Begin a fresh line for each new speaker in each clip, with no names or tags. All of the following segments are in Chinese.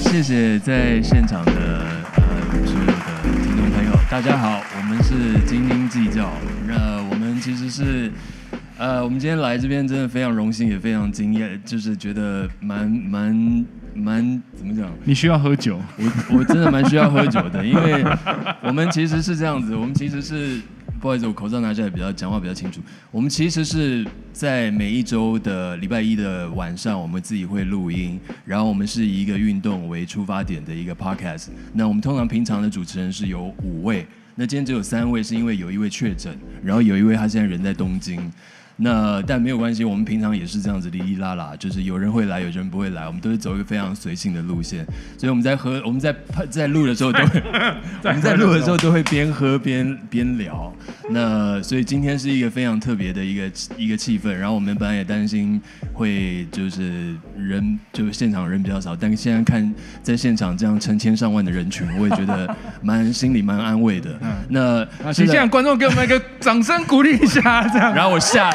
谢谢在现场的呃所有的听众朋友，大家好，我们是斤斤计较。那我们其实是呃，我们今天来这边真的非常荣幸，也非常惊艳，就是觉得蛮蛮蛮怎么讲？
你需要喝酒，
我我真的蛮需要喝酒的，因为我们其实是这样子，我们其实是不好意思，我口罩拿下来比较讲话比较清楚。我们其实是在每一周的礼拜一的晚上，我们自己会录音，然后我们是以一个运动为出发点的一个 podcast。那我们通常平常的主持人是有五位，那今天只有三位，是因为有一位确诊，然后有一位他现在人在东京。那但没有关系，我们平常也是这样子哩哩啦啦，就是有人会来，有人不会来，我们都是走一个非常随性的路线。所以我们在喝，我们在在录的时候都会，我们 在录的时候都会边喝边边聊。那所以今天是一个非常特别的一个一个气氛。然后我们本来也担心会就是人就是现场人比较少，但现在看在现场这样成千上万的人群，我也觉得蛮心里蛮安慰 的。那
啊，
是
请
的
现场观众给我们一个掌声鼓励一下，这样
然后我 下。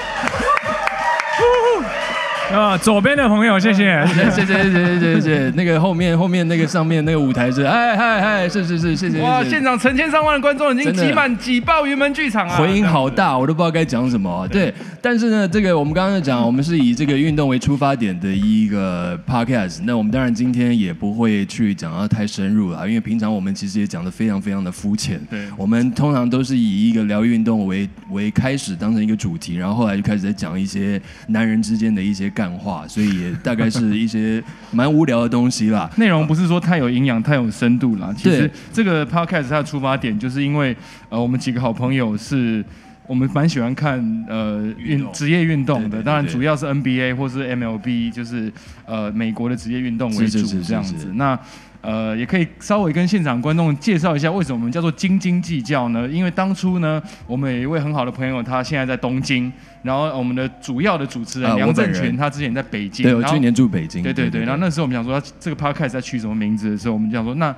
啊，左边的朋友，谢谢。
谢谢谢谢谢谢谢谢，那个后面后面那个上面那个舞台是，哎嗨嗨，是是是，谢谢。
哇，
谢谢
现场成千上万的观众已经
真的
挤满挤爆云门剧场啊！
回音好大，我都不知道该讲什么啊、对，但是呢，这个我们刚刚讲，我们是以这个运动为出发点的一个 podcast。那我们当然今天也不会去讲到太深入了，因为平常我们其实也讲的非常非常的肤浅。
对
我们通常都是以一个聊运动为为开始，当成一个主题，然后后来就开始在讲一些男人之间的一些干话，所以也大概是一些蛮无聊的东西啦。
内容不是说太有营养、太有深度啦。 其实
对
这个 podcast 它的出发点，就是因为呃，我们几个好朋友是。呃我们蛮喜欢看呃
运
运
动
职业运动
对对
的，
对
当然
对
主要是 NBA 或是 MLB，就是呃美国的职业运动为
是是
主
是
这样
是是
子。那呃也可以稍微跟现场观众介绍一下，为什么我们叫做斤斤计较呢？因为当初呢，我们有一位很好的朋友，他现在在东京，然后我们的主要的主持
啊
人
我
梁
本
正
人
群，他之前在北京，
对，我
然后
去年住北京。
对对对，然后那时候我们想说，啊这个 podcast 在取什么名字的时候，我们就想说，那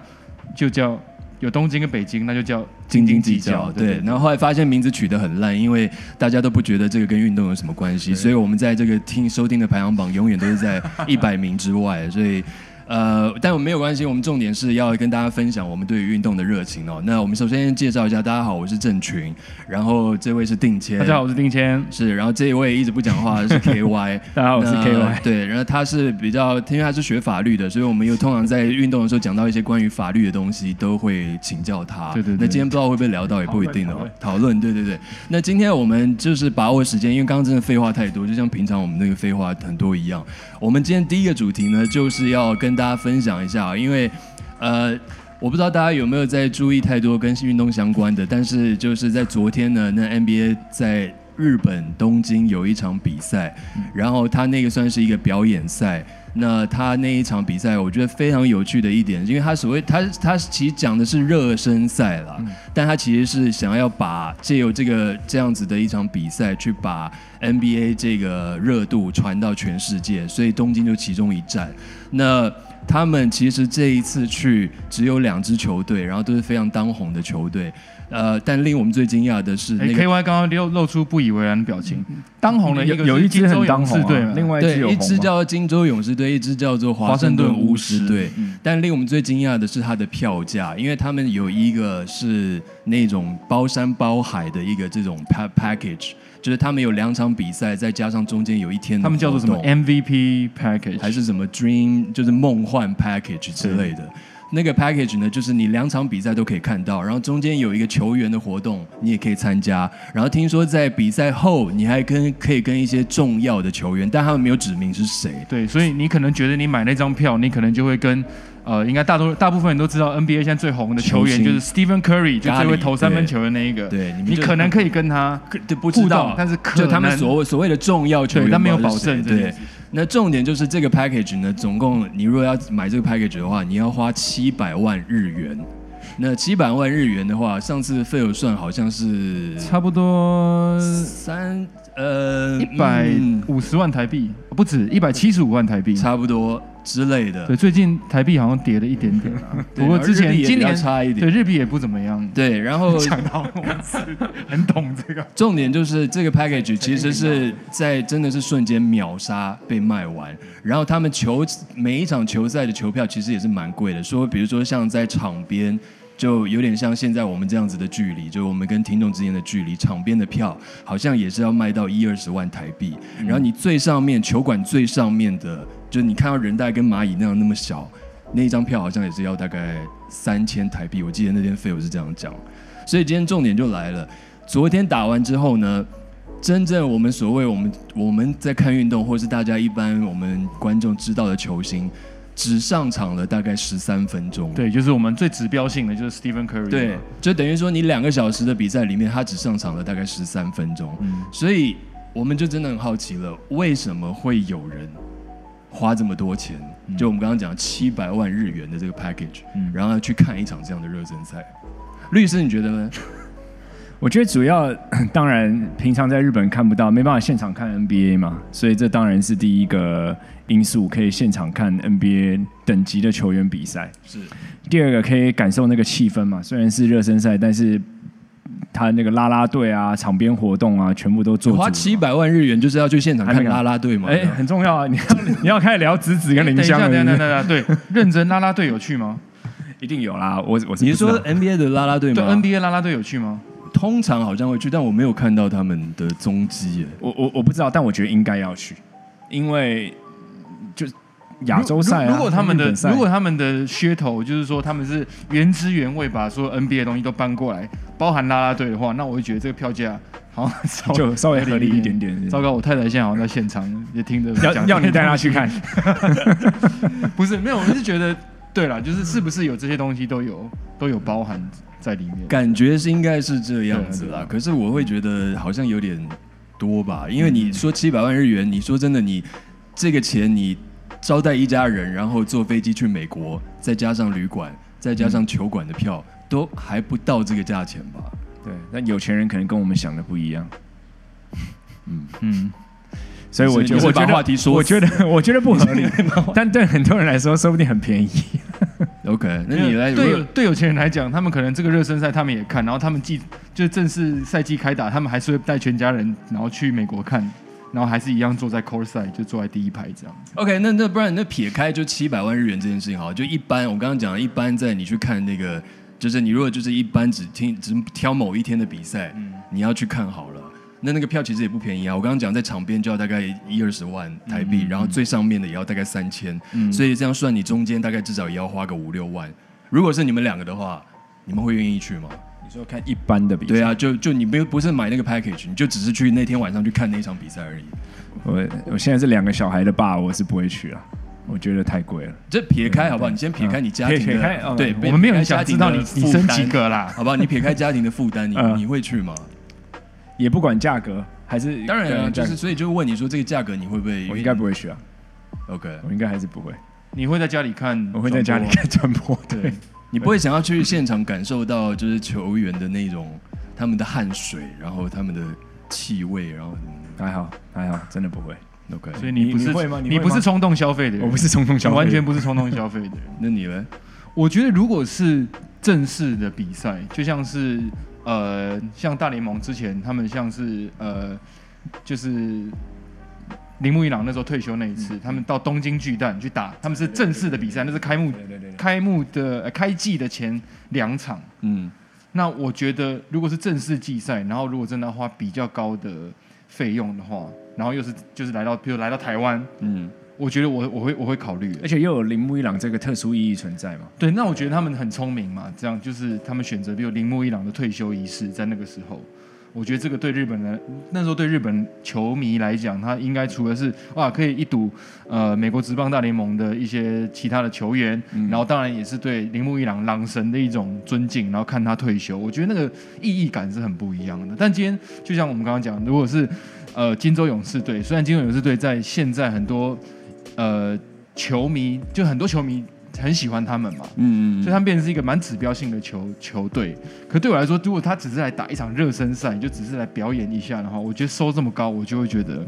就叫有东京跟北京，那就叫
斤斤计较，对。然后后来发现名字取得很烂，因为大家都不觉得这个跟运动有什么关系，所以我们在这个听收听的排行榜永远都是在一百名之外，所 以。呃，但我们没有关系，我们重点是要跟大家分享我们对于运动的热情哦。那我们首先介绍一下，大家好，我是郑群，然后这位是定谦，
大家好，我是丁谦，
是，然后这一位一直不讲话的是 KY，
大家好，我是
那
KY。
对，然后他是比较，因为他是学法律的，所以我们有通常在运动的时候讲到一些关于法律的东西，都会请教他。
对对对
那今天不知道会不会聊到，也不一定哦。讨论，对对对。那今天我们就是把握时间，因为刚刚真的废话太多，就像平常我们那个废话很多一样。我们今天第一个主题呢，就是要跟大家分享一下啊，因为呃。我不知道大家有没有在注意太多跟运动相关的，但是就是在昨天呢，那 NBA 在日本东京有一场比赛，然后他那个算是一个表演赛。那他那一场比赛，我觉得非常有趣的一点，因为他所谓他他其实讲的是热身赛啦，但他其实是想要把借由这个这样子的一场比赛，去把 NBA 这个热度传到全世界，所以东京就其中一站。那他们其实这一次去只有两支球队，然后都是非常当红的球队。呃，但令我们最惊讶的是，
哎
那个
，KY 刚刚露露出不以为然的表情，当红的一个
有有一支很当红
是
啊，
金州勇士队嘛，
另外一支
对，
有
一
红
支
吗
叫金州勇士队，一支叫做华盛顿巫师队。但令我们最惊讶的是它的票价，因为他们有一个是那种包山包海的一个这种 pa- package，就是他们有两场比赛，再加上中间有一天的
他们叫做什么
活动
MVP package，
还是什么 dream，就是梦幻 package 之类
嗯
的。那个 package 呢，就是你两场比赛都可以看到，然后中间有一个球员的活动，你也可以参加。然后听说在比赛后，你还跟可以跟一些重要的球员，但他们没有指明是谁。
对，所以你可能觉得你买那张票，你可能就会跟。呃，应该大多大部分人都知道 NBA 现在最红的球员
球星
就是 Stephen Curry，就
咖喱
这位投三分
对
球的那一个。
对你们
你
就
可能可以跟他，
对，不知
互
道
动，但是可
就他们
能
所谓所谓的重要球员，
对但没有
不知道是
保
谁
证这件
对
事，
那重点就是这个 package 呢，总共你如果要买这个 package 的话，你要花七百万日元。那七百万日元的话，上次费尔算好像是
差不多
三呃
一百
嗯
五十万台币，不止一百七十五万台币。
差不多。之类的
对，。最近台币好像跌了一点点 啊，
对
不过之
然后日
前
币也
今
比较
年
差一点
对日币也不怎么样。
对，然 后
讲到我是很懂这个，
重点就是这个 package 其实是在真的是瞬间秒杀被卖
嗯
完，然后他们球每一场球赛的球票其实也是蛮贵的，说比如说像在场边。就有点像现在我们这样子的距离，就我们跟听众之间的距离，场边的票好像也是要卖到一二十万台币。
嗯
然后你最上面球馆最上面的，就是你看到人大概跟蚂蚁那样那么小，那一张票好像也是要大概三千台币。我记得那天费友是这样讲。所以今天重点就来了，昨天打完之后呢，真正我们所谓我们我们在看运动，或是大家一般我们观众知道的球星，只上场了大概十三分钟。
对，就是我们最指标性的就是 Stephen Curry，
对，就等于说你两个小时的比赛里面，他只上场了大概十三分钟，
嗯
所以我们就真的很好奇了，为什么会有人花这么多钱？
嗯
就我们刚刚讲七百万日元的这个 package，、然后去看一场这样的热身赛。律师，你觉得 呢？
我觉得主要 当然平常在日本看不到，没办法现场看 NBA 嘛，所以这当然是第一个因素，可以现场看 NBA 等级的球员比赛。
是
第二个可以感受那个气氛嘛，虽然是热身赛，但是他那个啦啦队啊、场边活动啊，全部都做足
花
了
七百万日元就是要去现场
还
看
没看
啦啦队嘛？
哎、很重要啊！ 你要你要开始聊子子跟
等
林
一
香
下，
了，
等一下，等
是
一
不是
下，等一下，对，认真拉拉队有去吗？
一定有啦。我我是
你
不
是
知道
说 NBA 的啦啦队吗
对 NBA 拉拉队有去吗？
通常好像会去，但我没有看到他们的踪迹耶。
我我我不知道，但我觉得应该要去，因为就亚洲赛、啊
如如果他们的
日本赛
如果他们的噱头就是说他们是原汁原味把所有 NBA 的东西都搬过来，包含啦啦队的话，那我就觉得这个票价好像 稍微
就稍微合理一点点 是不是
糟糕，我太太现在好像在现场也听着
要
讲
要你带他去看，
不是没有，我是觉得对啦， 就是是不是有这些东西都有都有包含在里面？
感觉是应该是这样子
对啊
啦，可是我会觉得好像有点多吧，
嗯
因为你说七百万日元，你说真的你，这个钱你招待一家人，然后坐飞机去美国，再加上旅馆，再加上球馆的票，
嗯
都还不到这个价钱吧？
对，但有钱人可能跟我们想的不一样。
嗯，
所以我觉
你
得，
是
我
把
觉得
话题说死
我觉得，我觉得不合理。但对很多人来说，说不定很便宜。
OK，那你来
对有对有钱人来讲，他们可能这个热身赛他们也看，然后他们季就是正式赛季开打，他们还是会带全家人然后去美国看，然后还是一样坐在 court side 就坐在第一排这样。
OK，那那不然那撇开就七百万日元这件事情好了，就一般我刚刚讲，一般在你去看那个，就是你如果就是一般只听只挑某一天的比赛，你要去看好了。那那个票其实也不便宜啊，我刚刚讲在场边就要大概一二十万台币，然后最上面的也要大概三千、所以这样算你中间大概至少也要花个五六万。如果是你们两个的话，你们会愿意去吗？
你说看一般的比
对，啊，就就你没有不是买那个 package，你就只是去那天晚上去看那场比赛而已。
我我现在是两个小孩的爸，我是不会去啊，我觉得太贵了。
这撇开好
嗯
不好？你先撇开你家庭
撇撇开
的，
哦
对，
我们没
撇
有
开
人
家
想
庭
知道你
的
你
负
生
担
几，个啦。
好不好？你撇开家庭的负担，你
嗯
你会去吗？
也不管价格，还是
当然啊，
对
就
价格
是所以就问你说这个价格你会不会？
我应该不会去啊，
OK，
我应该还是不会，
你会在家里看？
我会在家里。看转播。对，
你不会想要去现场感受到就是球员的那种
嗯
他们的汗水，然后他们的气味，然后什么
还好还好，真的不会。
的 OK，
所以你不是
你会吗你会吗
不是冲动消费的人，
我不是冲动消
你
费，
完全不是冲动消费的人。
那你呢？
我觉得如果是正式的比赛，就像是呃，像大联盟之前他们像是呃，就是铃木一朗那时候退休那一
嗯
次，他们到东京巨蛋去打，他们是正式的比赛，那是开幕
对。对对对
开幕的、呃开季的前两场。
嗯，
那我觉得如果是正式季赛，然后如果真的要花比较高的费用的话，然后又是就是来到，比如来到台湾，
嗯，
我觉得我我会我会考虑的。
而且又有铃木一朗这个特殊意义存在 嘛。
对，那我觉得他们很聪明嘛，这样就是他们选择，比如铃木一朗的退休仪式，在那个时候，我觉得这个对日本人那时候对日本球迷来讲，他应该除了是哇可以一睹呃美国职棒大联盟的一些其他的球员，
嗯
然后当然也是对铃木一朗朗神的一种尊敬，然后看他退休，我觉得那个意义感是很不一样的。但今天就像我们刚刚讲，如果是呃金州勇士队，虽然金州勇士队在现在很多呃球迷就很多球迷很喜欢他们嘛，
嗯嗯
所以他们变成是一个蛮指标性的球球队。可对我来说，如果他只是来打一场热身赛，就只是来表演一下的话，我觉得收这么高，我就会觉得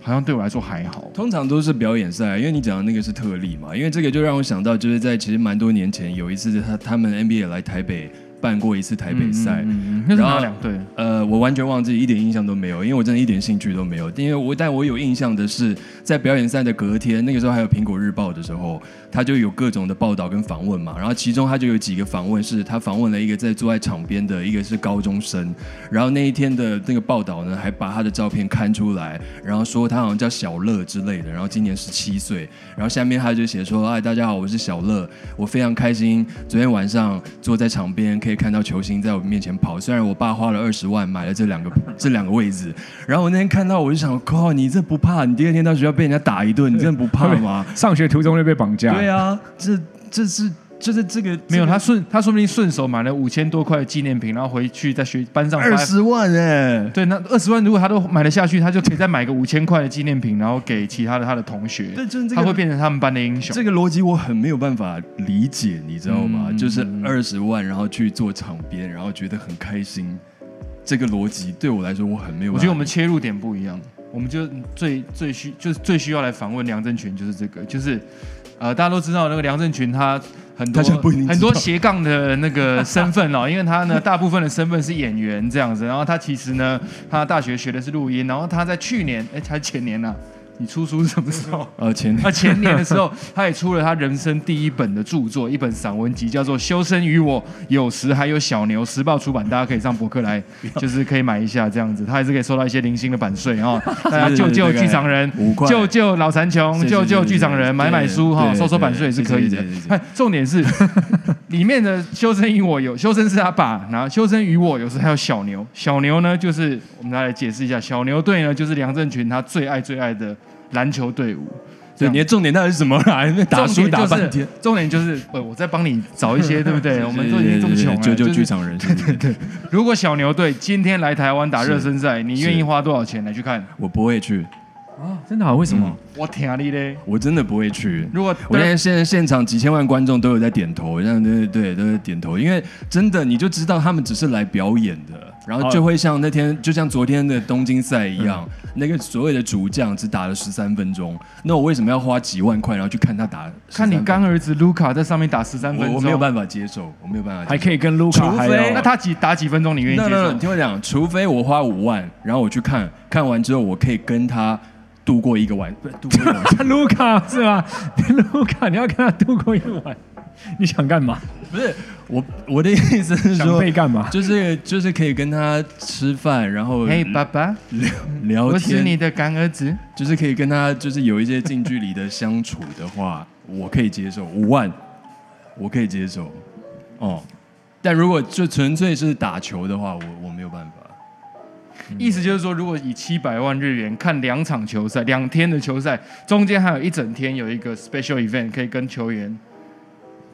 好像对我来说还好。
通常都是表演赛，因为你讲的那个是特例嘛。因为这个就让我想到，就是在其实蛮多年前有一次他他们 NBA 来台北办过一次台北赛，
嗯，嗯那是
然
哪
后
两队？
呃，我完全忘记，一点印象都没有，因为我真的一点兴趣都没有。因为我但我有印象的是，在表演赛的隔天，那个时候还有《苹果日报》的时候，他就有各种的报道跟访问嘛。然后其中他就有几个访问是，他访问了一个在坐在场边的一个是高中生，然后那一天的那个报道呢，还把他的照片刊出来，然后说他好像叫小乐之类的，然后今年十七岁，然后下面他就写说：“哎，大家好，我是小乐，我非常开心，昨天晚上坐在场边可以看到球星在我面前跑，虽然我爸花了二十万买了这两个 这两个位置，然后我那天看到我就想，靠，你这不怕？你第二天到学校被人家打一顿，你真的不怕吗？
上学途中就被绑架，
对啊，这这是就是这个
没有，他顺他说不定顺手买了五千多块的纪念品，然后回去在学班上发
二十万哎、
对，那二十万如果他都买得下去，他就可以再买个五千块的纪念品，然后给其他的他的同学，
对就是这个
他会变成他们班的英雄。
这个逻辑我很没有办法理解，你知道吗？
嗯
就是二十万，然后去做场边，然后觉得很开心，这个逻辑对我来说我很没有办法。
我觉得我们切入点不一样，我们就最最需就是最需要来访问梁振群，就是这个，就是呃，大家都知道那个梁振群他。很多
大家不一定知道
很多斜杠的那个身份哦，因为他呢大部分的身份是演员这样子，然后他其实呢，他大学学的是录音，然后他在去年哎才前年呐、你出书是什么时候？
呃前
他啊前年的时候，他也出了他人生第一本的著作，一本散文集，叫做《修身于我》，有时还有小牛时报出版，大家可以上博客来，就是可以买一下这样子。他还是可以收到一些零星的版 税哦，大家救救剧场人
大概五块，
救救老残穷，
是
救救剧场
是是
人，买买书哈，
对
收收版税也是可以的
对对对对。对
哎，重点 是里面的修身于我有修身是他爸，然后修身于我有时还有小牛，小牛呢就是我们来解释一下，小牛队呢就是梁振群他最爱最爱的篮球队伍。这
对
样
你的重点到底是什么啦？因为打
重
输
点就
打
是
半天，
重点就是，呃，我在帮你找一 些，对不对？我们都已经这么穷了，
救救
啊就是
剧场人，是不是
如果小牛队今天来台湾打热身赛，你愿意花多少钱来去看？
我不会去，
真的啊？为什么？
我天你嘞！
我真的不会去。
如果
我现在现在现场几千万观众都有在点头，这样对对对都在点头，因为真的你就知道他们只是来表演的，然后就会像那天就像昨天的东京赛一样，
嗯
那个所谓的主将只打了十三分钟，那我为什么要花几万块然后去看他打13
啊看
分钟？
你干儿子卢卡在上面打十三分
我
钟，
我没有办法接受，我没有办法接受，
还可以跟卢
除
卡
非
还
那
有
他几打几分钟你愿意
那
接
那
受
你？听我讲，除非我花五万，然后我去看看完之后，我可以跟他度过一个晚，不度过一个晚上
卢卡是吧？卢卡，你要跟他度过一晚，你想干嘛？
不是我我的意思是
想
说，
被干 嘛？
就是就是可以跟他吃饭，然后
嘿，爸爸，
聊聊
我是你
天，
的干儿子。
就是可以跟他就是有一些近距离的相处的话，我可以接受五万，我可以接受哦。但如果就纯粹是打球的话，我我没有办法。嗯
意思就是说，如果以七百万日元看两场球赛，两天的球赛，中间还有一整天有一个 special event 可以跟球员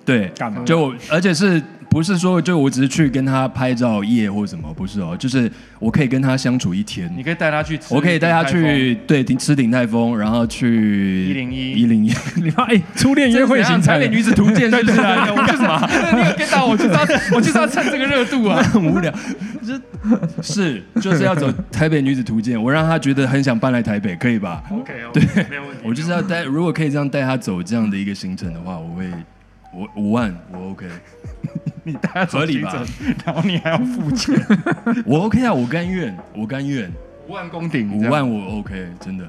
对，
干嘛
就我而且是不是说就我只是去跟他拍照夜或什么？不是哦，就是我可以跟他相处一天，
你可以带他去吃，
我可以带他去对顶吃鼎泰丰，然后去
101
一零一，
你妈哎，初恋约会型
才
才
恋女子图鉴，对对对，我干嘛？你有 get 到？我 就是要，我就是要趁这个热度 啊！
很无聊。这 是就是要走台北女子图鉴，我让他觉得很想搬来台北，可以吧？
OK，对，没有问题。
我就是要带，如果可以这样带他走这样的一个行程的话，我会我五万我 OK，
你带他
合理吧？
然后你还要付钱
我 OK 啊，我甘愿，我甘愿，
五万公顶，
五
这样。
万我 OK，真的。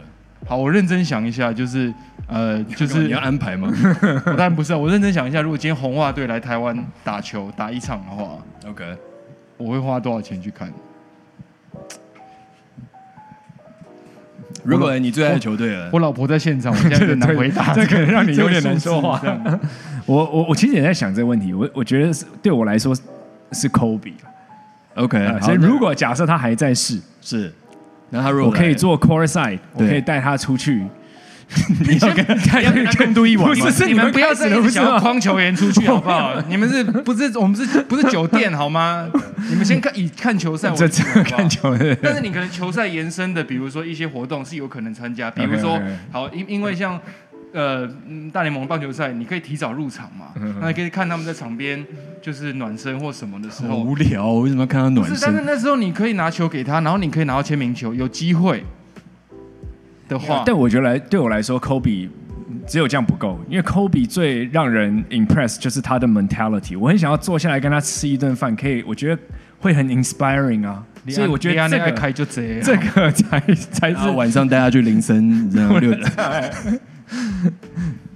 好，我认真想一下，就是呃，
就
就
是
是
你要安排吗
我当然不是啊，我认真想一下，如果今天红袜队来台湾打球打一场的话，
？OK，
我会花多少钱去看？
如果你最爱球队了
我，老婆在现场，我 现在有点难回答，
对这可能让你有点难说话
这个数字这样
我我我其实也在想这个问题，我我觉得是对我来说是是科比、
OK，
啊，所以如果假设他还在世，
是，那他如果
我可以
来，
做 core side，我
对
可以带他出去。
你要跟
你要跟他共度一晚吗
不是，是你们不要再一
不
直
是
想要
吗？
框球员出去好不好？ 你们是不是我们是不是酒店好吗？你们先看以看球赛为
这
主，
这
好不好
看。球的
但是你可能球赛延伸的，比如说一些活动是有可能参加，比如说
OK，OK
好，因因为像呃嗯大联盟棒球赛，你可以提早入场嘛，
嗯
那你可以看他们在场边就是暖身或什么的时
好
候。
哦
无聊，我为什么要看他暖
不是，但是
身？
那时候你可以拿球给他，然后你可以拿到签名球，有机会。的话，
但我觉得来对我来说，Kobe 只有这样不够，因为 Kobe 最让人 impress 就是他的 mentality。我很想要坐下来跟他吃一顿饭，可以，我觉得会很 inspiring 啊。
你
所以我觉得
你
这
按那个
个
开啊就啊这样，
这个才才
然后
是
啊晚上带他去林森，然后六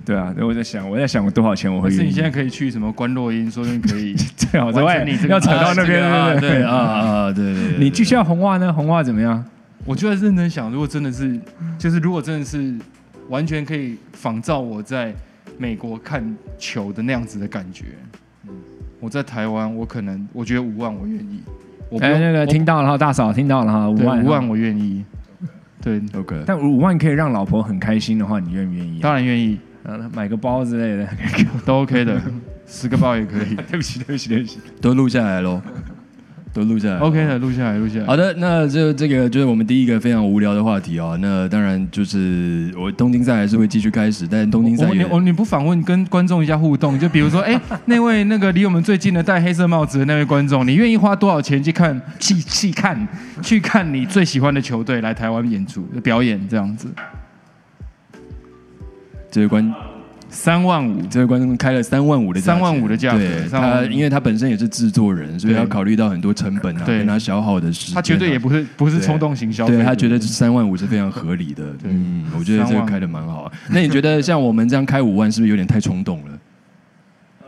对啊。我在想，我在想我多少钱我
可
会
是
愿
你现在
意。
可以去什么关洛音，说不定 可以
最好在
完
外
成你这个
要扯到那边，
啊
对不
对
对
啊。啊，对对对，
你继续要红袜呢？红袜怎么样？
我就在认真想，如果真的是，就是如果真的是完全可以仿照我在美国看球的那样子的感觉，
嗯
嗯我在台湾，我可能我觉得五万我愿意，我不
哎，
用
那个
我
听到了哈，大嫂听到了哈，五
对
万啊
五万，我愿意，对，
OK，
但五万可以让老婆很开心的话，你愿不愿意啊？
当然愿意，
然后买个包之类的。
都 OK 的，十个包也可以
对不起，对不起，对不起。
都录下来 喽，都录下来。
，OK 的，录下来，录下来。
好的，那就这个就是我们第一个非常无聊的话题啊。那当然就是我东京赛还是会继续开始，但东京赛
我你
也
我你不访问跟观众一下互动，就比如 说，哎、那位那个离我们最近的戴黑色帽子的那位观众，你愿意花多少钱去看去去看去看你最喜欢的球队来台湾演出表演这样子？
这位观
三万五，
这位观众开了三万五的价钱
35,000的价格
对他
35,000
因为他本身也是制作人，所以
对
要考虑到很多成本啊，
对
跟他消耗的时间啊、
他绝对也不是不是
对
冲动型消费，
对他觉得三万五是非常合理的，嗯，我觉得这个开的蛮好啊。那你觉得像我们这样开五万，是不是有点太冲动了？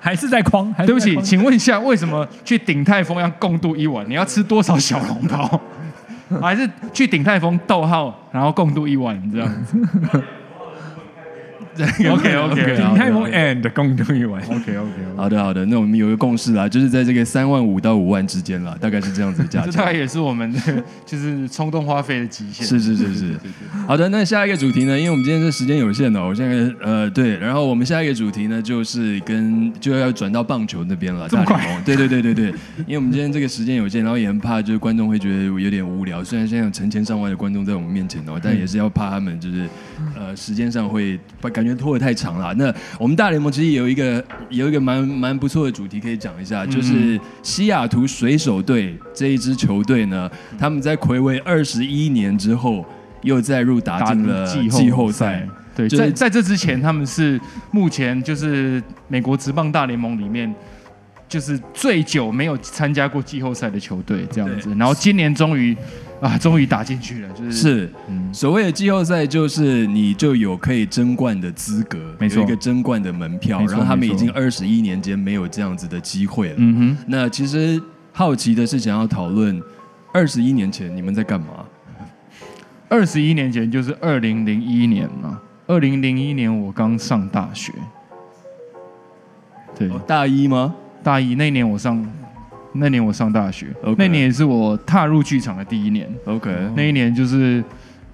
还是在框？还是在
对不起，
框
请问一下，为什么去鼎泰丰要共度一晚？你要吃多少小笼 包？还是去鼎泰丰逗号，然后共度一晚这样 子？OK OK
对啊
鼎泰丰 and 共度一晚。
OK OK。
好的，好的，那我们有一个共识啦，就是在这个三万五到五万之间啦，大概是这样子的价
啊 这大概
钱。
也是我们 就是冲动花费的极限。
是是是是，好的，那下一个主题呢？因为我们今天这时间有限哦，我现在呃对，然后我们下一个主题呢就是跟就要转到棒球那边了，大联盟，对对对对对，因为我们今天这个时间有限，然后也很怕就是观众会觉得有点无聊，虽然现在有成千上万的观众在我们面前哦，但也是要怕他们就是呃时间上会把感觉拖得太长了。那我们大联盟其实也有一个有一个蛮蛮不错的主题可以讲一下，就是西雅图水手队这一支球队呢，他们在魁违二十一年之后。又再入打啊进了季后赛。
对，
就是
在在这之前，他们是目前就是美国职棒大联盟里面。就是最久没有参加过季后赛的球队这样子，然后今年终于啊，终于打进去了，就是
是
嗯
所谓的季后赛，就是你就有可以争冠的资格，
没错
有一个争冠的门票。
没错
然后他们
没
已
错
经二十一年间没有这样子的机会了。
嗯哼，
那其实好奇的是，想要讨论二十一年前你们在干嘛？
二十一年前就是二零零一年嘛，二零零一年我刚上大学，对，
哦大一吗？
大一那年我上，那年我上大学
OK
那年也是我踏入剧场的第一年。
OK，
那一年就是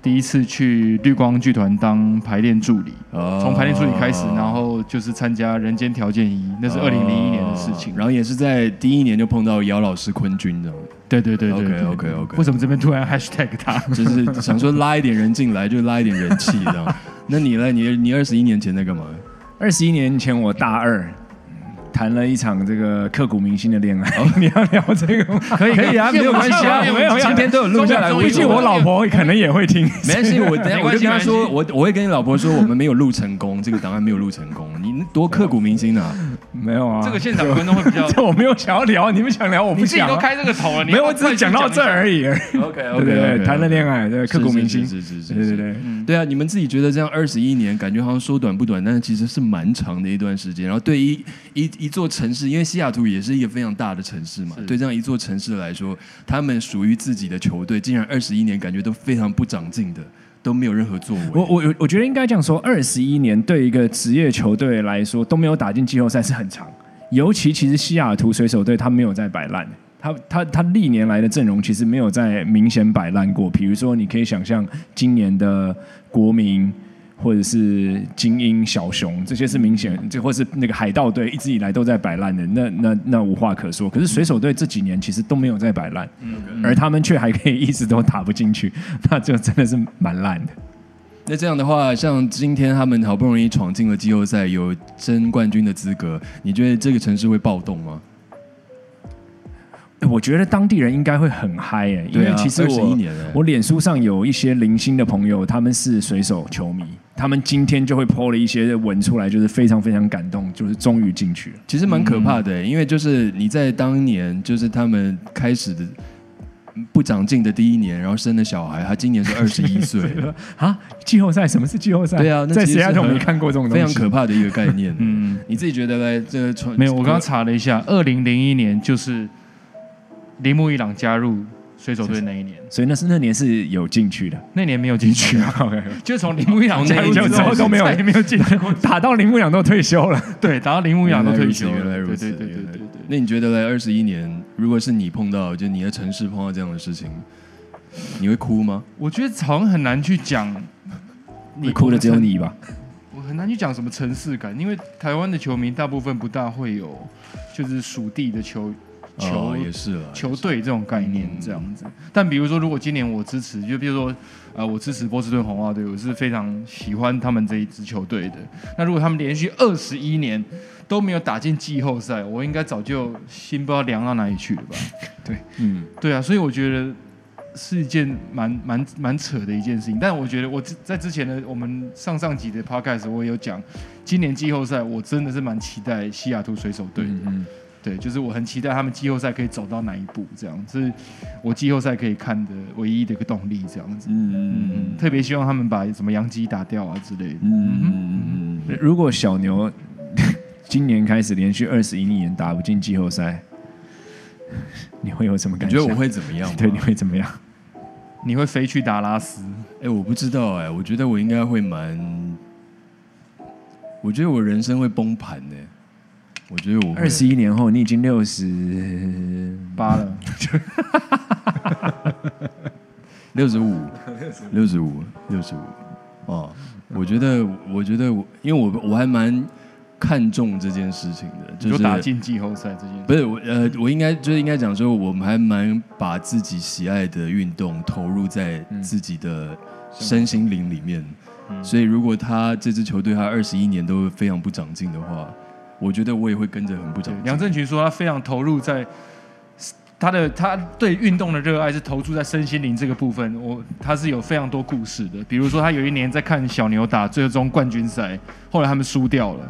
第一次去绿光剧团当排练助理，
从
从排练助理开始，然后就是参加《人间条件一》，那是二零零一年的事情。
哦然后也是在第一年就碰到姚老师坤君这样，
对对对对
OK，OK，OK
为什么这边突然 hashtag 他？
就是想说拉一点人进来，就拉一点人气这 样。那你呢？你你二十一年前在干嘛？
二十一年前我大二，谈了一场这个刻骨铭心的恋爱。你要聊这个吗？
可以
可以啊没有关系啊
因
没
为
有
我
关
们
系今
今天
天
都
都
有
有
录
录
下
下
来，
来我
终于
估
已
计
经
我老婆可能也会听。
没关系，我等下我
没关
就
系
跟他
没
说，
关系
我我会跟你老婆说，我们没有录成功，这个档案没有录成功，你多刻骨铭心啊！
没有啊，
这个现场观众会比较，
这我没有想要聊，你们想聊我不
你自己
想
都
啊。
开这个 头了，你
没有，
要
我
不
只是讲到这儿而已。
OK
对对对，谈了恋爱，对刻骨铭心。
哎是是是
对
是
对
是。
对，
对啊，你们自己觉得这样二十一年，感觉好像说短不短，但是其实是蛮长的一段时间。然后对一一一座城市，因为西雅图也是一个非常大的城市嘛
是，
对这样一座城市来说，他们属于自己的球队，竟然二十一年感觉都非常不长进的，都没有任何作为。
我我我觉得应该这样说，二十一年对一个职业球队来说都没有打进季后赛是很长，尤其其实西雅图水手队他没有在摆烂，他他他历年来的阵容其实没有在明显摆烂过。比如说，你可以想象今年的国民。或者是精英小熊，这些是明显，这或是那个海盗队一直以来都在摆烂的，那那那无话可说。可是水手队这几年其实都没有在摆烂，而他们却还可以一直都打不进去， 那就真的是蛮烂的。
那这样的话，像今天他们好不容易闯进了季后赛，有争冠军的资格，你觉得这个城市会暴动吗？
欸我觉得当地人应该会很嗨哎、因
对
为
啊
其实
21
我
年欸
我脸书上有一些零星的朋友，他们是水手球迷，他们今天就会 PO 了一些文出来，就是非常非常感动，就是终于进去了。
其实蛮可怕的、欸
嗯
因为就是你在当年，就是他们开始的不长进的第一年，然后生了小孩，他今年是二十一 岁，
啊，季后赛什么是季后赛？
对啊，那
在
其实
谁
是
家都
很
没看过这种东
非
西，
常可怕的一个概念。嗯，
嗯，
你自己觉得嘞？这个传
没有，我刚刚查了一下，二零零一年就是铃木一朗加入水手队那一年，
所以那是那年是有进 去的，
那年没有进去啊，就从铃木一朗
从
加
那一
入
年
之后
开始
都没有
再也
没有进 去过，
打到铃木养都退休了。
对，打到铃木一朗都退休了，
原来
对
如
对
此，
对对
原来
对
如此
对。
那你觉得嘞？二十一年，如果是你碰到，就你的城市碰到这样的事情，你会哭吗？
我觉得好像很难去讲，
你哭的只有你吧？
我很难去讲什么城市感，因为台湾的球迷大部分不大会有就是属地的球球、
哦、也是了，
球队这种概念这样子。但比如说，如果今年我支持，就比如说，呃，我支持波士顿红袜队，我是非常喜欢他们这一支球队的。那如果他们连续二十一年都没有打进季后赛，我应该早就心不知道凉到哪里去了吧？
嗯，
对啊，所以我觉得是一件蛮蛮蛮扯的一件事情。但我觉得我之在之前的我们上上集的 podcast 我也有讲，今年季后赛我真的是蛮期待西雅图水手队的。对，就是我很期待他们季后赛可以走到哪一步，这样是我季后赛可以看的唯一的一个动力，这样子。嗯，
嗯嗯
特别希望他们把什么洋基打掉啊之类的。
嗯嗯，
如果小牛 今年开始连续二十一年打不进季后赛，你会有什么
你
感
觉
觉？
得我会怎么样吗？
对你会怎么样？
你会飞去达拉斯？
哎、我不知道哎、我觉得我应该会蛮，我觉得我人生会崩盘呢、我觉得我会
二十一年后，你已经六十
八了，
六十五，六十五，六十五，哦，我觉得，我觉得我，因为我我还蛮看重这件事情的，
你
就
就是打进季后赛这件事。
不是我呃，我应该就是应该讲说，我们还蛮把自己喜爱的运动投入在自己的身心灵里面，
嗯
所以如果他这支球队他二十一年都非常不长进的话，我觉得我也会跟着很不长
对，
进。
梁振群说他非常投入在他的他对运动的热爱是投注在身心灵这个部分。我他是有非常多故事的，比如说他有一年在看小牛打最终冠军赛，后来他们输掉了。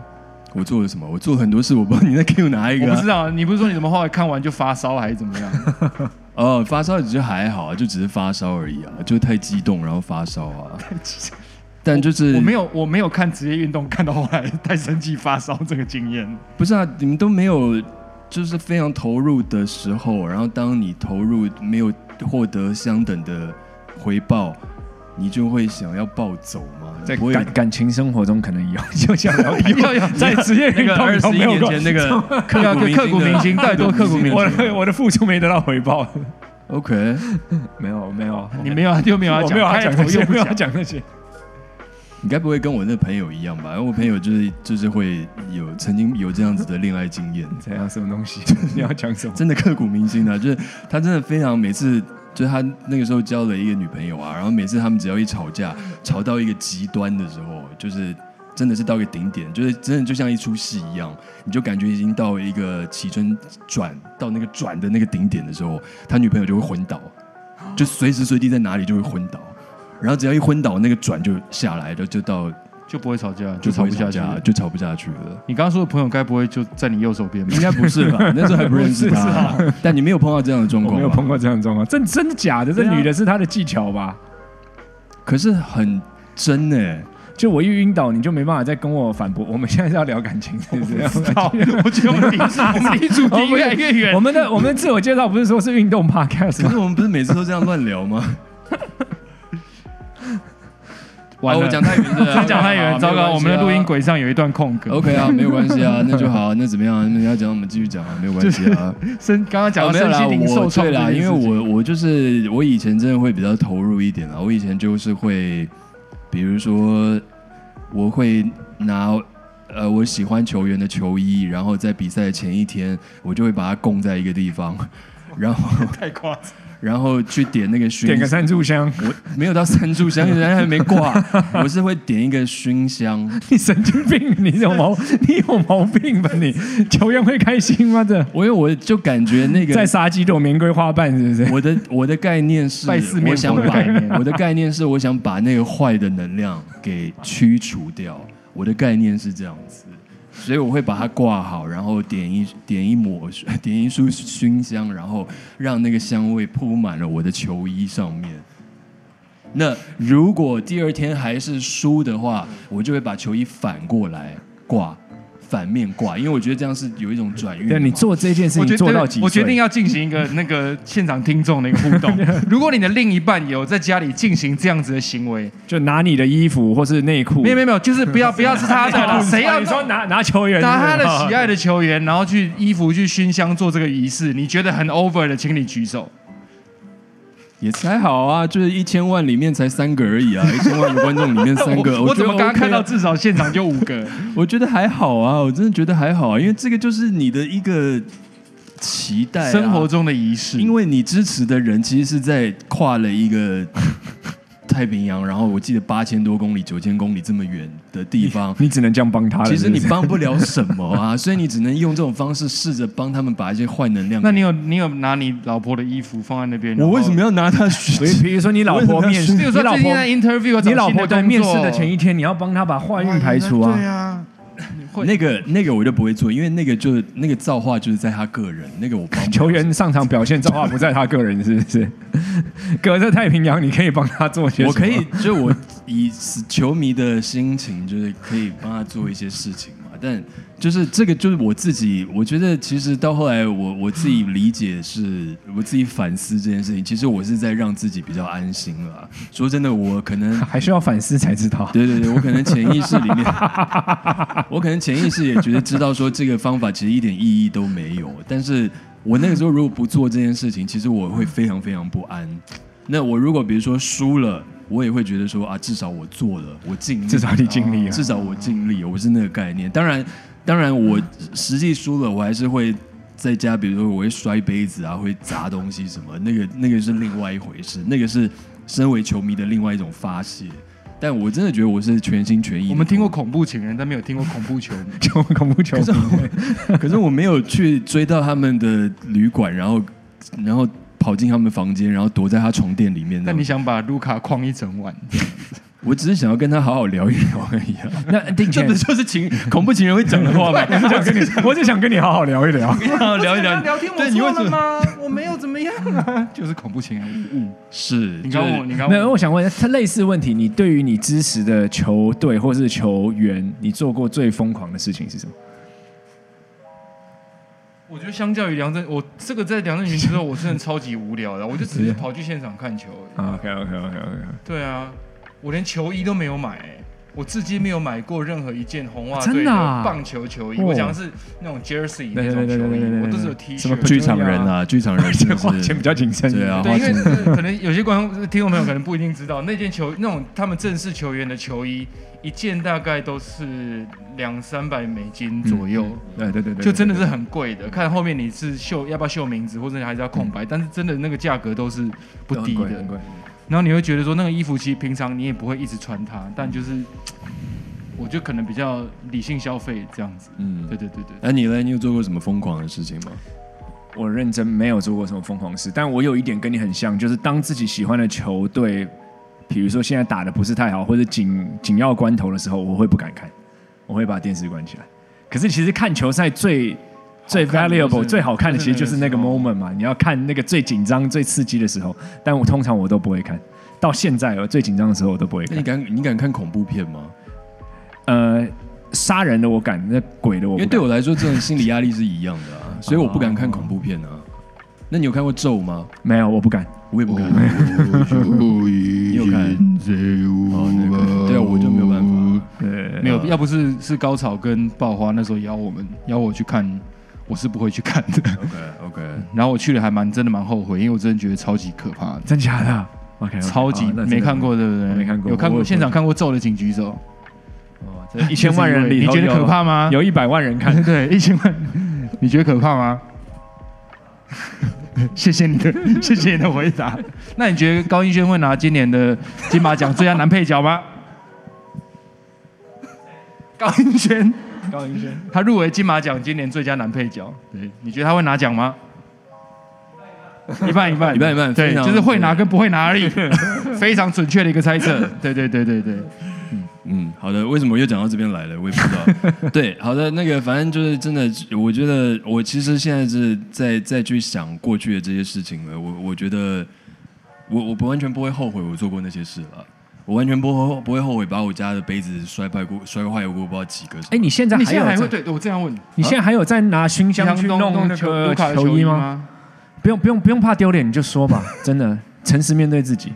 我做了什么？我做了很多事，我不知道你在 Q 哪一
我
个、
不
啊
知。道，你不是说你怎么后来看完就发烧还是怎么样？
哦，发烧只是还好啊，就只是发烧而已啊，就太激动然后发烧 啊。但就是
我没有我没有看职业运动看到后来太生气发烧这个经验。
不是啊，你们都没有就是非常投入的时候，然后当你投入没有获得相等的回报，你就会想要暴走吗？
在
不会有
感感情生活中可能有， 就像聊
要要
在职业
那
运
个
动
二十
都
一
没有
年
过
前那个
刻骨铭心的
刻骨铭心，
太多刻骨铭心
我的我的付出没得到回报，
OK，
没有没 有，
你没有啊又没有要
我
讲，
没有要
开
讲
头
这
又
些，
不
没有要讲
讲。
这些。
你该不会跟我那朋友一样吧？我朋友就是就是会有曾经有这样子的恋爱经验，
怎样什么东西？ 你要讲什么？
真的刻骨铭心的、啊就是他真的非常每次，就是他那个时候交了一个女朋友啊，然后每次他们只要一吵架，吵到一个极端的时候，就是真的是到一个顶点，就是真的就像一出戏一样，你就感觉已经到一个起承转到那个转的那个顶点的时候，他女朋友就会昏倒，就随时随地在哪里就会昏倒，然后只要一昏倒，那个转就下来了，就到
就不会吵架，
就
就吵不下去
架，
了。
就吵不下去了。
你刚刚说的朋友该不会就在你右手边吧？
应该不是吧？ 那时候还不认识他、但你没有碰到这样的状
我
况吧，
没有碰过这样的状况，真真的假的？这
对啊
女的是她的技巧吧？
可是很真呢、
就我一晕倒，你就没办法再跟我反驳。我们现在是要聊感情，是不 是？
好，我觉得我们离 我们离主题越来越远
我。们的我们的自我介绍不是说是运动 podcast
可
吗？
是我们不是每次都这样乱聊吗？
完
哦
了
我讲太远了，
啊 真讲太远，糟糕！我们的录音
轨。
轨上有一段空格。
OK 啊，没有关系啊，那就好，那怎么样啊？那你要讲，我们继续讲啊，没有关系啊。
身刚刚 讲
哦
到
没有
身
啦，
心灵受
我
创
对
这件
啦，
事
因
情，
为我我就是我以前真的会比较投入一点啊啦，我以前就是会，比如说我会拿呃我喜欢球员的球衣，然后在比赛前一天，我就会把它供在一个地方，然后
太夸张。
然后去点那个熏
点个三炷香，
没有到三炷香，人家还没挂，我是会点一个熏香。
你神经病，你有毛， 你有毛病吧你？球员会开心吗？这
我因为我就感觉那个
在杀鸡肉玫瑰花瓣是不是？
我的我的概念是
拜四，面
我想
佛的
把
概念
我的概念是我想把那个坏的能量给驱除掉。我的概念是这样子，所以我会把它挂好，然后点一点一抹 点一束熏香，然后让那个香味铺满了我的球衣上面。那如果第二天还是输的话，我就会把球衣反过来挂，反面挂，因为我觉得这样是有一种转运嘛。
对，你做这件事
我
情
决
做
定，
到几岁？
我决定要进行一个那个现场听众的一个互 动。如果你的另一半有在家里进行这样子的行为，
就拿你的衣服或是内裤，
没有没有没有，就是不要不要是他 的啦，谁要
你说拿拿球员
拿
是
他
不是
的喜爱的球员，然后去衣服去熏香做这个仪式，你觉得很 over 的，请你举手。
也才好啊，就是一千万里面才三个而已 啊，一千万个观众里面三个，
我我
觉
怎
得
么刚刚
OK 啊
看到至少现场就五个？
我觉得还好啊，我真的觉得还好啊，因为这个就是你的一个期待、
生活，中的仪式，
因啊为你支持的人其实是在跨了一个 太平洋，然后我记得八千多公里、九千公里这么远的地 方。
你只能这样帮他了。
其实
是不
你
是
帮不了什么啊，所以你只能用这种方式试着帮他们把一些坏能量给。
那你有你有拿你老婆的衣服放在那边？
我为什么
要？
要拿他？
所以，比如说你老婆面试，
比如说
你老
最近
婆
在 interview，
你老婆在面试的前
一
一天，你要帮她把坏运排除啊
对。啊，会
那个那个我就不会做，因为那个就那个造化就是在他个人，那个我 帮不了
球员上场表现造化不在他个人，是不是？隔着太平洋，你可以帮他做些什么
我可以，就我以球迷的心情，就是可以帮他做一些事情嘛。但就是这个，就是我自己，我觉得其实到后来我，我自己理解是，我自己反思这件事情，其实我是在让自己比较安心了。说真的，我可能
还需要反思才知 道。
对对对，我可能潜意识里 面，我可能潜意识也觉得知道说这个方法其实一点意义都没有，但是我那个时候如果不做这件事情，其实我会非常非常不安。那我如果比如说输了，我也会觉得说啊，至少我做了，我尽力，
至少你尽力了
至少我尽力，我是那个概念。当然，当然我实际输了，我还是会。在家，比如说我会摔杯子啊，会砸东西什么，那个那个是另外一回事，那个是身为球迷的另外一种发泄。但我真的觉得我是全心全意。
我们听过，恐怖情人，但没有听过恐怖球迷。
球恐怖球迷，
可是我没有去追到他们的旅馆，然后然后跑进他们房间，然后躲在他床垫里面。
但你，想把卢卡框一整 晚，
我只是想要跟他好好聊一聊而已、 啊。
那定
这
前
不，就是情 恐怖情人会讲的话吗？
我想跟你，我只想跟你好好聊一啊聊。
好聊一聊，对，你为什么？
吗？ 我没有怎么样 啊，就是恐怖情人无误。
是，
你
就
刚
是
问我，你刚
没
问
有，
我
我想问，他类似问题，你对于你支持的球队或是球员，你做过最疯狂的事情是什么？
我觉得相较于梁振，我这个在梁振云之后，我真的超级无聊的，我就只是跑去现场看球而已。
啊，OK OK OK OK，
对啊，我连球衣都没有买、欸，我至今没有买过任何一件红袜队
真
的
的啊
棒球球衣。
哦
我讲的是那种 jersey
对
那
对
种
对
球
对对
衣
对，
我
对
都是有 T
什么
恤。
剧场人啊， 剧场人是
这
不
花
是
钱比较谨慎。
对啊
对，因为
花
这可能有些观众、听众朋友可能不一定知道，那件球那种他们正式球员的球衣，一件大概都是两三百美金左右。
对对对对，
就真的是很贵的，看后面你是秀要不要秀名字，或者你还是要空白，但是真的那个价格都是不低的。
很贵。
然后你会觉得说，那个衣服其实平常你也不会一直穿它，但就是我就可能比较理性消费这样子。
嗯
对，对对对，
那你呢？你有做过什么疯狂的事情吗？
我认真没有做过什么疯狂事，但我有一点跟你很像，就是当自己喜欢的球队，比如说现在打的不是太好，或者紧紧要关头的时候，我会不敢看，我会把电视关起来。可是其实看球赛最最
看的就
valuable
是
最好看的其实就是那个
就是那个时
moment 嘛，你要看那个最紧张、最刺激的时候。但我通常我都不会看，到现在哦我最紧张的时候我都不会
那你
看。
敢你敢看恐怖片吗？
呃，杀人的我敢，那鬼的我
因为
不
对
敢。
我来说，这种心理压力是一样的 啊，所以我不敢看恐怖片啊。那你有看过咒吗？
没有，我不敢。
我也不敢。你有看？哦，那个 对啊，我就没有办法。
呃，
没有，要不是是高潮跟爆花那时候邀我们邀我去看，我是不会去看的。
OK OK，
然后我去了还蛮真的蛮后悔，因为我真的觉得超级可怕的，
真假的？OK，
超级没看。过，对不对？
没看过
有看
我
过
有
现场看过咒的，请举手。
一千万人里
你
头
觉得
有
可怕吗？
有一百万人看，
对，一千万，你觉得可怕吗？ 谢谢你的，谢谢你的回答。那你觉得高音轩会拿今年的金马奖最佳男配角吗？ 高音轩，
高云轩，
他入围金马奖今年最佳男配角，对，你觉得他会拿奖吗？一半一半，
一半一半
对
非，常
就是会拿跟不会拿而已，非常准确的一个猜测。对对对对对，
嗯，好的。为什么又讲到这边来了？我也不知道。对，好的，那个反正就是真的，我觉得我其实现在是在再去想过去的这些事情了。我我觉得我我不完全不会后悔我做过那些事了，我完全不后不会后悔把我家的杯子摔坏过摔坏过不知道几个。
哎，你现在
你
还
现在还
有
会
在？
对我这样问，
你现在还有在拿熏香去
东
弄那
球卢
个
卡的
球
衣
衣吗？？不用不用不用怕丢脸，你就说吧，真的，诚实面对自己。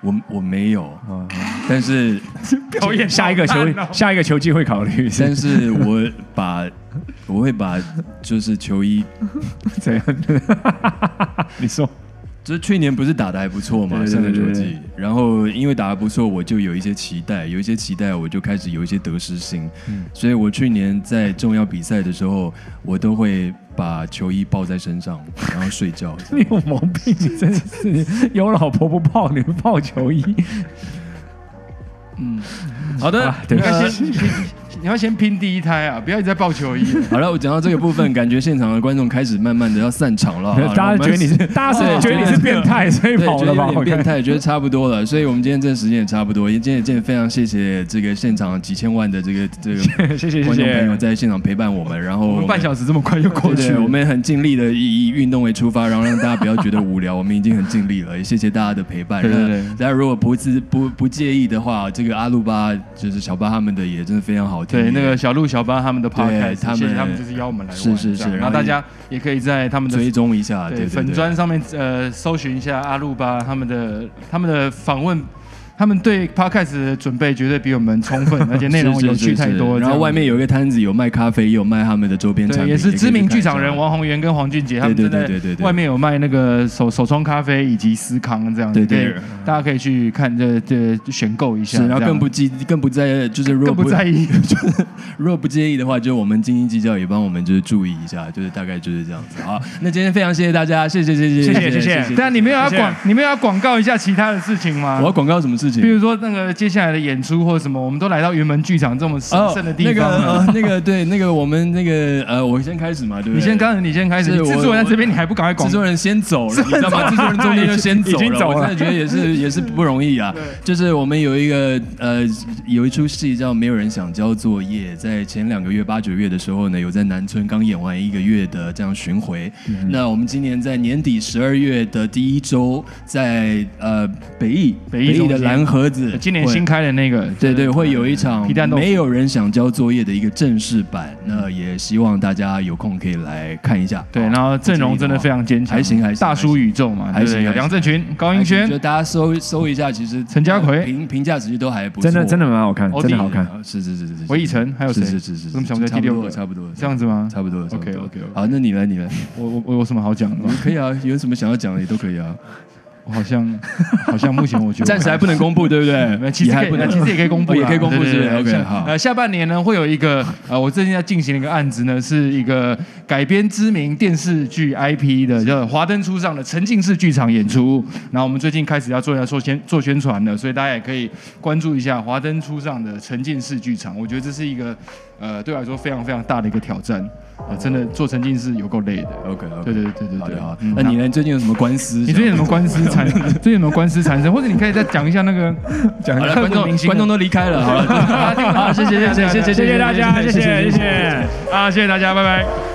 我我没有，但是
表演
下一个球
好烂哦，
下一个球季会考虑是
但是我把 我会把就是球衣
怎样？你说
就是去年不是打的还不错嘛，
对对
上个
对
球
对
季，然后因为打的不错，我就有一些期待，有一些期待，我就开始有一些得失心，
嗯
所以我去年在重要比赛的时候，我都会把球衣抱在身上，然后睡觉。
你有毛病，你真的是有老婆不抱，你抱球衣。
好的，
呃
对
你要 先拼，你要先拼第一胎啊！不要一直在抱球衣。
好 了，我讲到这个部分，感觉现场的观众开始慢慢的要散场了啊，
大家觉得你是，大家是觉得你是变态，所以
对，
跑
觉得
了吧
有？点
我
变
看
态，觉得差不多了，所以我们今天这个时间也差不多，今天也真的非常谢谢这个现场几千万的这个这个
谢谢谢
观众朋友
谢。
在现场陪伴我们，然后我
我们半小时这么快就过
对
去
对，
了，
我们也很尽力的以以运动为出发，然后让大家不要觉得无聊，我们已经很尽力了，也谢谢大家的陪伴。
对对对
那大家如果不自不不介意的话，这个阿鲁巴就是小巴他们的也真的非常好听。
对那个小鹿、小巴他们的 podcast，
他们
谢谢他们就是邀我们来玩，
是是是
这样然
然
后
后
大家也可以在他们的
追踪一下，对
对粉砖上面呃搜寻一下阿路巴他们的他们的访问，他们对 podcast 的准备绝对比我们充 分，而且内容有趣太多。
然
这
后
样
外面有一个摊子，有卖咖啡，也有卖他们的周边产
对
品，
也是知名剧场人
王。
王宏源跟黄俊杰他们
对
正
对
在
对对对对
外面有卖那个手手冲咖啡以及司康这样，
对
你可以
对对
大家可以去看这这选购一下，
是，然后
这样
更不计，更不在，就是如果
更不在意。
如果不介意的话，就我们斤斤计较，也帮我们就是注意一下，就是大概就是这样子。好，那今天非常谢谢大家，谢谢谢谢
谢谢谢谢
但你们有要
谢谢
广，你们有要广告一下其他的事情吗
我？要广告什么事情？
比如说那个接下来的演出或什么，我们都来到云门剧场这么神圣的地方啊
哦
了。
那个呃，那个对，那个我们那个呃，我先开始嘛，对不对？
你先刚，你先开始。
是
你制
我
作人在这边，你还不赶快广
制作人先走 了，你知道吗？制作人中间就先走了，
已经走了
我真的觉得也是 也是不容易啊。就是我们有一个呃有一出戏叫《没有人想交作业》，在前两个月八九月的时候呢，有在南村刚演完一个月的这样巡回。
嗯
那我们今年在年底十二月的第一周，在呃北艺
北艺
艺
中
的
心
蓝盒子，
今年
会
新开的那个，
对对，会有一场
嗯皮蛋豆腐嗯
没有人想交作业的一个正式版，那也希望大家有空可以来看一下。
对，
好
然后阵容真的非常坚强，
还行还行
大叔宇宙嘛，
还行
对不对
还行
有梁振群、高
还
英
行
轩
就，大家搜搜一下，其实
陈家奎
评评价其实都还不错，
真的真的蛮好看，
欧弟
真的好看。
啊是是是是是，
韦以诚还有谁
是是是是，
我们想不
就
到第
差不
六
多
个
了差不多了
这样子吗？
差不多了差不多了
OK，OK，OK
好，那你来你来，
我我我有什么好讲的吗？
可以 啊，有什么想要讲的也都可以啊，
我好像好像目前我觉得
暂时还不能公布，对不 对？
呃，其实
也
可
还
以
不
呃
能，
其实也可以公布
哦
啦，
也可以公布
对
是不
对
是
对
OK，
像
好
呃，下半年呢会有一个呃，我最近要进行的一个案子呢，是一个改编知名电视剧 IP 的，叫《华灯初上》的沉浸式剧场演出。然后我们最近开始要做要做宣做宣传了，所以大家也可以关注一下《华灯初上》的沉浸式剧场。我觉得这是一个呃，对我来说非常非常大的一个挑战啊、真的做沉浸式有够累的。
OK OK，
对对对对对，
好的好的
嗯，
那你呢？最近有什么官司？
你最近有什么官司缠？最近有什么官司缠身？或者你可以再讲一下那个讲一
好
下
了，
刻
观
骨铭
众
心的
观 众都离开了，好了，好，谢谢谢谢谢谢
谢谢大家，谢谢谢谢。
啊，谢谢大家，拜拜。
哎